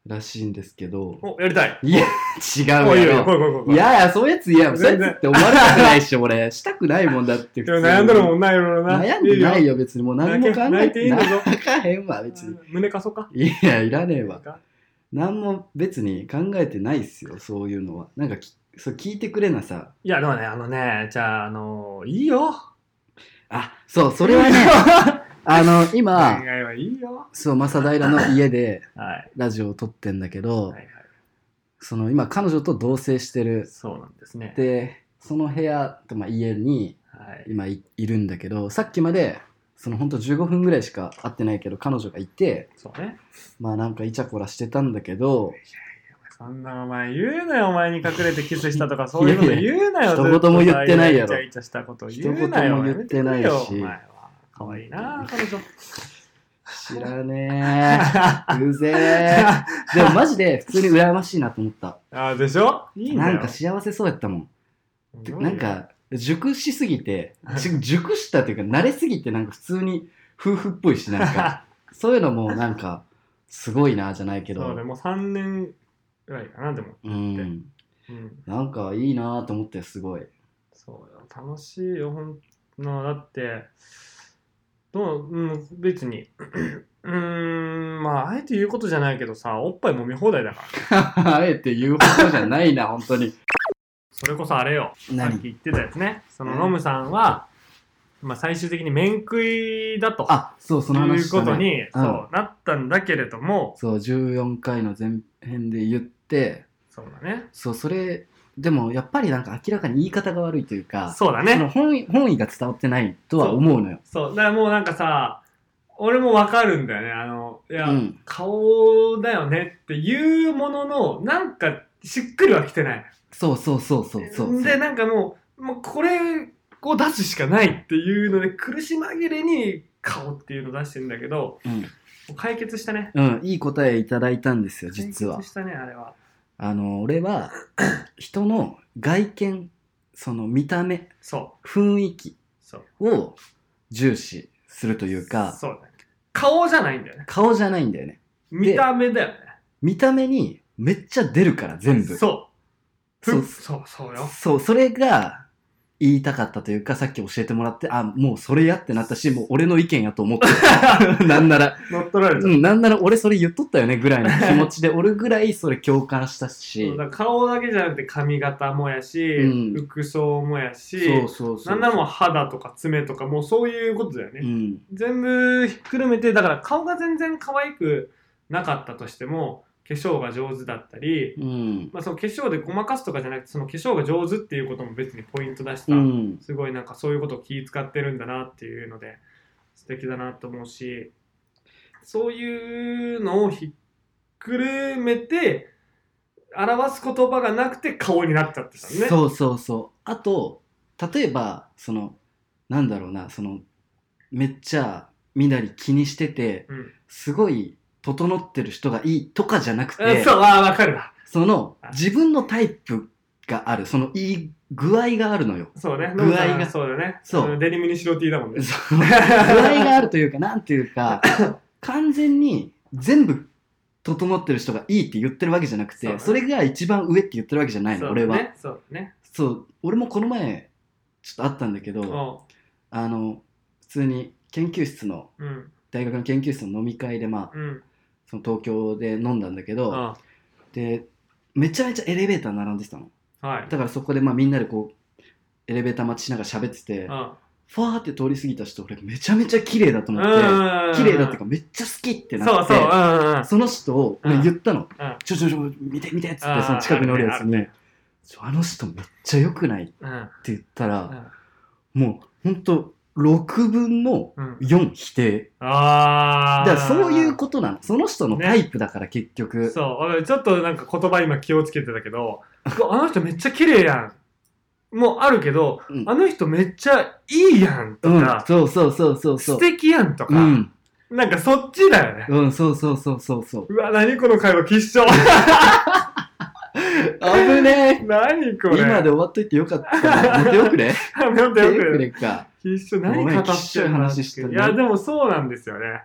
らしいんですけど
おやりたい
いや違うや
おいいよ
ろ
来い来い来い来
いやいや、そういうやつ嫌や。そういう
全然
やつって思われたくないし、俺。したくないもんだって。
でも悩んだるも
ん
んないよな
悩んでない
よ
よ、別に。もう何も考え
泣いていいん
て
だ
ない。
ぞ
泣かへんわ、別に。
胸かそか
いや、いらねえわ。何も別に考えてないっすよ、そういうのは。なんかき、そう聞いてくれなさ。
いやでもねあのねじゃああのいいよ
あ、そう、そ れはね、あの、今
恋、愛はいいよ
そう、正平の家で
はい
ラジオを撮ってんだけ
は
ど
いは、い
その、今、彼女と同棲してる。
そうなんですね
で、その部屋と、まあ、家に、
はい
今いいるんだけどさっきまでそのほんと15分ぐらいしか会ってないけど彼女がいて
そうね
まあなんかイチャコラしてたんだけど
そんなお前言うなよ、お前に隠れてキスした とかそういうこと言うなよ。
いやいや一言も言ってないやろ
ずっとイチャイチャしたこと言うなよ。
一言も言ってないし
やめてくれよお前は可愛いな、彼女。
知らね えうぜえでもマジで普通に羨ましいなと思った
あ、でしょいいんだ
な
よ。
んか幸せそうやったもんでなんか熟しすぎてじ熟したっていうか慣れすぎてなんか普通に夫婦っぽいしなんかそういうのもなんかすごいなじゃない け
そう
ど
ね、もう3年ぐらいかな、でも。
うん
うん。
なんかいいなと思ってすごい
そうよ、楽しいよ、ほんの、だって、どう、うん、別に。 うーん、まあ、あえて言うことじゃないけどさ、おっぱい揉み放題だから。
あえて言うことじゃないな、本 当に。
それこそあれよ。さっき言ってたやつね。そのノムさんは、まあ最終的に面食いだと。
あ、そう、その
い
話
う
した
こ
ね、
とに、
うん
そうなったんだけれども、
そう、14回の前編で言って、
そうだね。
そう、それ、でもやっぱりなんか明らかに言い方が悪いというか、
そうだ
そ
ね。
の本意本意が伝わってないとは思うのよ。
そう。だからもうなんかさ、俺もわかるんだよね。あの、いや、
うん
顔だよねっていうものの、なんかしっくりはきてない。
そうそうそうそうそうそう。
で、なんかもう、もうこれを出すしかないっていうので、苦し紛れに顔っていうの出してんだけど、
うん
もう解決したね。
うん、いい答えいただいたんですよ、実は
解決。したね、あれは。
あの、俺は、人の外見、その見た目、
そう。
雰囲気
そう。
を重視するというか、
そうだね。顔じゃないんだよね。
顔じゃないんだよね。
見た目だよね。
見た目にめっちゃ出るから全部
そう。
そう
ふそう、そうよ。
そうそれが言いたかったというかさっき教えてもらってあもうそれやってなったしもう俺の意見やと思っ てなんなら、
乗っ取られ
う
た。
ん、なんなら俺それ言っとったよね ぐらいの気持ちで俺ぐらいそれ共感したし
そうだから顔だけじゃなくて髪型もやし、
うん
服装もやし、
そうそうそ
な
う
んならもう肌とか爪とかもうそういうことだよね。
うん
全部ひっくるめて、だから顔が全然可愛くなかったとしても、化粧が上手だったり、
うん
まあ、その化粧でごまかすとかじゃなくて、その化粧が上手っていうことも別にポイントだし
う
た。
ん
すごいなんかそういうことを気遣ってるんだなっていうので素敵だなと思うしそういうのをひっくるめて表す言葉がなくて顔になっちゃってたのね。
そうそうそうあと例えばそのなんだろうなそのめっちゃみなり気にしてて
うん。
すごい整ってる人がいいとかじゃなく
うん
て
そう、ああ、わかるわ。
その
あ
自分のタイプがあるそのいい具合があるのよ
そうね。
具合が
ノブさんそうだね。
そうん
デニムに白 T だもんね。
その具合があるというかなんてい うか完全に全部整ってる人がいいって言ってるわけじゃなく
そう
て
ね
それが一番上って言ってるわけじゃないの俺は
そうね。そうね。
そう俺もこの前ちょっとあったんだけど、
お
あの普通に研究室の
ううん。
大学の研究室の飲み会で、まあ、
うん。
その東京で飲んだんだけ
う
ど
ん
でめちゃめちゃエレベーター並んでたの
はい。
だからそこでまあみんなでこうエレベーター待ちしながら喋ってて
うん
ファーって通り過ぎた人俺めちゃめちゃ綺麗だと
うん
思
うんうん
って
うん。
綺麗だっていうかめっちゃ好きってな
そう
って
そう。うんうんうん。
その人を俺言ったの
うん
「ちょちょちょ見て見て」っつっ
あ
て
ー
その近くにおるやつ
ある
に「ちょあの人めっちゃ良くない?」って
うん。
言ったらもうほんと6分の
うん。
4否定
ああ。
だからそういうことなのその人のタイプだから結局、
そう俺ちょっとなんか言葉今気をつけてたけどうわあの人めっちゃ綺麗やんもうあるけど、
うん
あの人めっちゃいいやんと
うん
か、
そうそうそうそう
素
そう
敵やんとか、
うん、
なんかそっちだよね、
うん、そうそうそうそうそう
うわ何この会話吉祥
危ねえ
何これ
今で終わっといてよかったな。よ くね
やめようやめよう
くれか。
吉祥何
ごめん
語ってるの
吉祥の話してる
い
ね
やでもそうなんですよね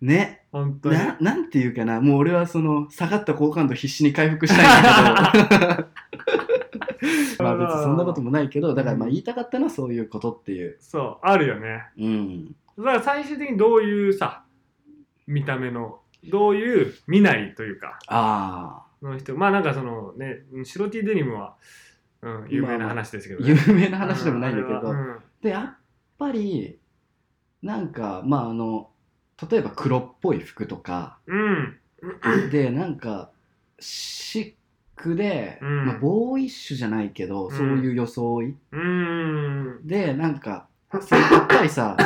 ね。
本当に
な、なんていうかな。もう俺はその、下がった好感度必死に回復したいん だけど。まあ別にそんなこともないけど、だからまあ言いたかったのはそういうことっていう。
そうあるよね
うん。
だから最終的にどういうさ見た目のどういう見ないというか
ああ。
の人まあなんかそのね白 T デニムは、うん、有名な話ですけど、
有
ね
名な話でもないんだけ
う
ど。
ん
で、やっぱり、なんか、まああの、例えば黒っぽい服とか、
うん
でなんかシックで、
うん
まあ、ボーイッシュじゃないけど、
うん
そういう装い
うん
でなんかそうやっぱ りさ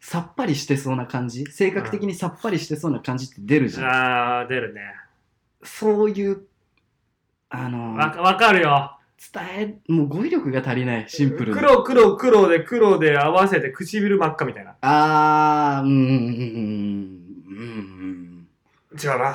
さっぱりしてそうな感じ性格的にさっぱりしてそうな感じって出るじゃん、
あー出るね
そういうあの
わわかるよ
伝えもう語彙力が足りないシンプルな
黒黒黒で黒で合わせて唇真っ赤みたいな
あーうんうんうんうんうん
違う な違っ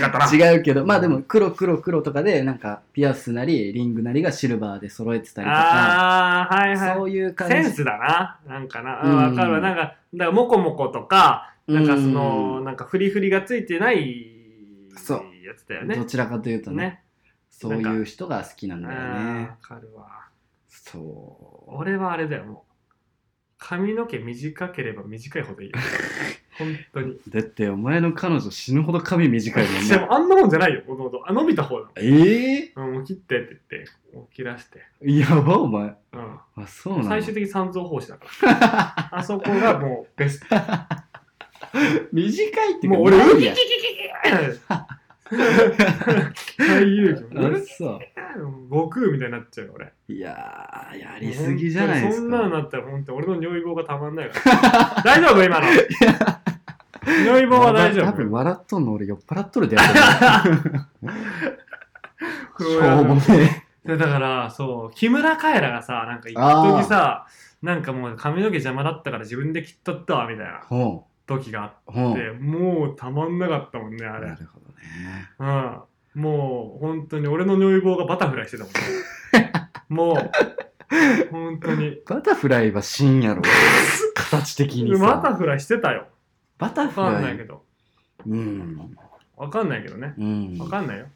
たな
違うけどまあでも黒黒黒とかでなんかピアスなりリングなりがシルバーで揃えてたりとか
ああはいは
そういう
い
感じ
センスだななんかな
うん
あわかるわなんかだからモコモコとかなんかその
うん
なんかフリフリがついてないや
そう
つだよ
ど
ね
ちらかというとね
ね
そういう人が好きなん
あ
だよ
ー
ね
わかるわ
そう
俺はあれだよもう髪の毛短ければ短いほど いいよ本当に
だってお前の彼女死ぬほど髪短 いもん
で
ね
もあんなもんじゃないよもともとあ伸びた方だ
ええ
もん、うん、もう切ってって言ってもう切らして、
やばお前
うん、
あそうなの
最終的に三蔵法師だから あそこがもうベス ト
短いって
もう俺
な
ウ
い
キキ
や
キキキ俳優
あ
陣
そ
悟空みたいになっちゃうよ俺
ういやーやりすぎじゃないです
もう本当にそんなの
か
なったら本当に俺の尿意棒がたまんないから大丈夫今の尿意棒は大丈
多
夫
分笑っとんの俺酔っ払っとるでやっ しょうもね
でだからそう木村カエラがさなんか一
あー
時さなんかもう髪の毛邪魔だったから自分で切っとったわみたいな
ほ
時が
う
あ
ほ
っ
う
てもうたまんなかったもんねあれ
なるほどね
うんもう本当に俺の尿意棒がバタフライしてたもんね もう本当に
バタフライは死 んやろ形的に
バタ
さ
フライしてたよ
バタ
わ
フ
かん
ラ
ない
イ
けど
うん
わかんないけどね
うん
わかんないよ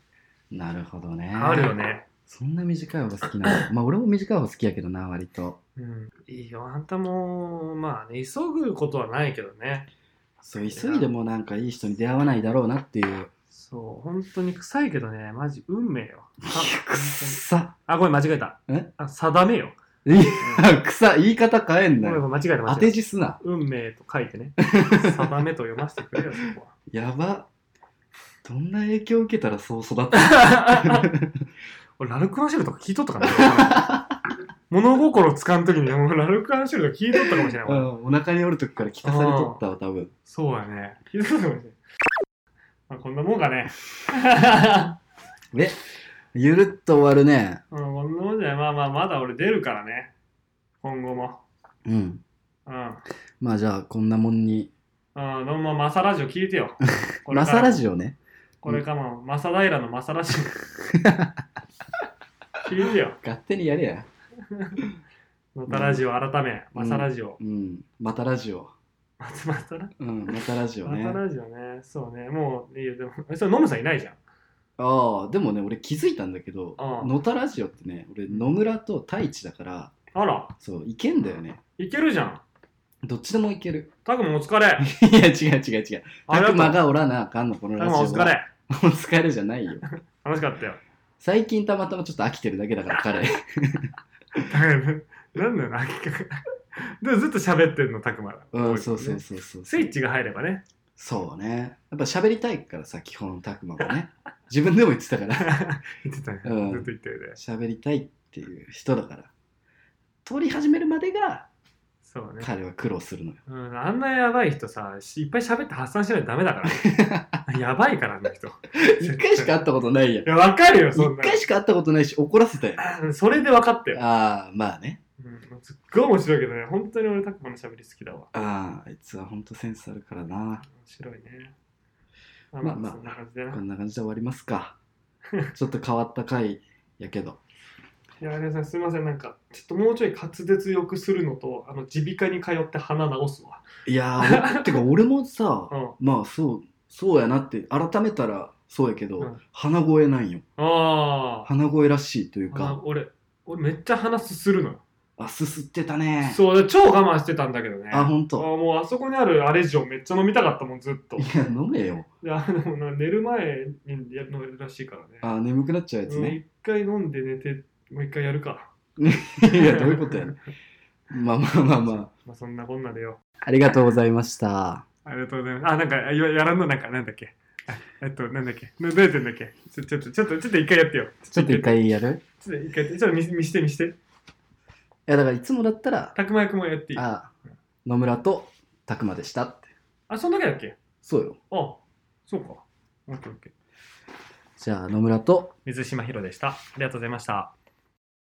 なるほどね
あるよね
そんな短い方が好きな のまあ俺も短い方好きやけどな割と
うんいいよあんたもまあね急ぐことはないけどね
そう急いでもなんかいい人に出会わないだろうなっていう
そう、本当に臭いけどね、マジ運命よ。あ
くっさ
あ、ごめん、間違えた。
え
あ、定めよ。
いやくさ言い方変えん
ご
な
めん、
よ
ごめん間違えた、間違え
当て
た。
字すな
運命と書いて ね。定めと読ませてくれよ、そこ
やばどんな影響を受けたらそう育った
は。俺、ラルクアンシェルとか聞いとったかな物心つかんときに、もうラルクアンシェルとか聞いとったかもしれない。
う
俺
んお腹におる時から聞かされとったわ多分
そうやね。聞いとったかもしれない。まあ、こんなもんかね。
え、ゆるっと終わるね。
うん、こんなもんじゃない。まあまあ、まだ俺出るからね。今後も。
うん。
うん。
まあじゃあ、こんなもんに。
うん、どうも、マサラジオ聞いて よ。これ
マ
から
サラジオね。
これからも、マサ平のマサラ ジオ。聞いてよ。
勝手にやれや。
マサラジオ改め、マサラジオ。
うん。またラジオ。
マサマサラ
うん、またラジオ
マ
ね
サ。ラジオね。そうね。もう、いいよ。でも、えそれ、ノムさんいないじゃん。
ああ、でもね、俺気づいたんだけど、
ああ
野田ラジオってね、俺、野村と太一だから、
あら、
そう、いけんだよね。
いけるじゃん。
どっちでもいける。
タクもお疲れ。
いや、違う違う違う。
ありがと
悪
う。
魔
タ
がおらなあかんの、このラ
ク
ジオ
も
は。
お疲れ。
お疲れじゃないよ。
楽しかったよ。
最近たまたまちょっと飽きてるだけだから、彼。
だからねなんだよな、結局。でもずっと喋ってんの、たくまだ。
うん、そうそうそうそう。
スイッチが入ればね。
そうね。やっぱ喋りたいからさ、基本、たくまは ね。自分でも言ってたから。
言ってたね。ずっ
うん
と言ってるで。
喋りたいっていう人だから。撮り始めるまでが、
そうね。
彼は苦労す るのよ。
うん、あんなやばい人さ、しいっぱい喋って発散しないとダメだ から。やばいから、あの人。い
一回しか会ったことないやん。
や、わかるよ、そ
一
んなの
回しか会ったことないし、怒らせたよ。
うんそれで分かったよ。
ああ、まあね。
うん、すっごい面白いけどね、本当に俺、たくまの喋り好きだわ。
ああ、あいつは本当センスあるからな。
面白いね。まあ
ま
ま
あ
あ、
まあ
そんな感じでな。
こんな感じで終わります か。ちょっと変わった回やけど。
いや、皆さん、すみません、なんか、ちょっともうちょい滑舌よくするのと、あの、耳鼻科に通って鼻直すわ。
いやー、 俺てか俺もさ
う、ん。
まあそう、そうやなって、改めたらそうやけど、
うん
鼻声なんよ。
あー
鼻声らしいという
あ
か、。
俺、俺、めっちゃ鼻すするのよ。
あ、すすってたね。
そう、超我慢してたんだけどね。
あ、ほん
あ
と。
もうあそこにあるアレジオめっちゃ飲みたかったもんずっ と
いや、飲めよ。
いやでもな寝る前にやるのらしいからね
あ、眠くなっちゃうやつ
うん
ね。
一回飲んで寝てもう一回やるか
いや、どういうことやね。まあまあまあま
まあ そんなこんなでよ
あ。ありがとうございました。
ありがとうございますあなんかややらんのなんかなんだっけあえっとなんだっけなどうやってんだっけちょちょっとちょっとちょっと一回やってよ
ちょっと一回やる
ちょっと一回やってちょっと見見して見して
いや、だからいつもだったら、
たくま役もやっていいあ
あ野村と拓磨でしたって
そんだけだっけ
そうよ
あそうかオッケーオッケー
じゃあ野村と
水島ひろでしたありがとうございました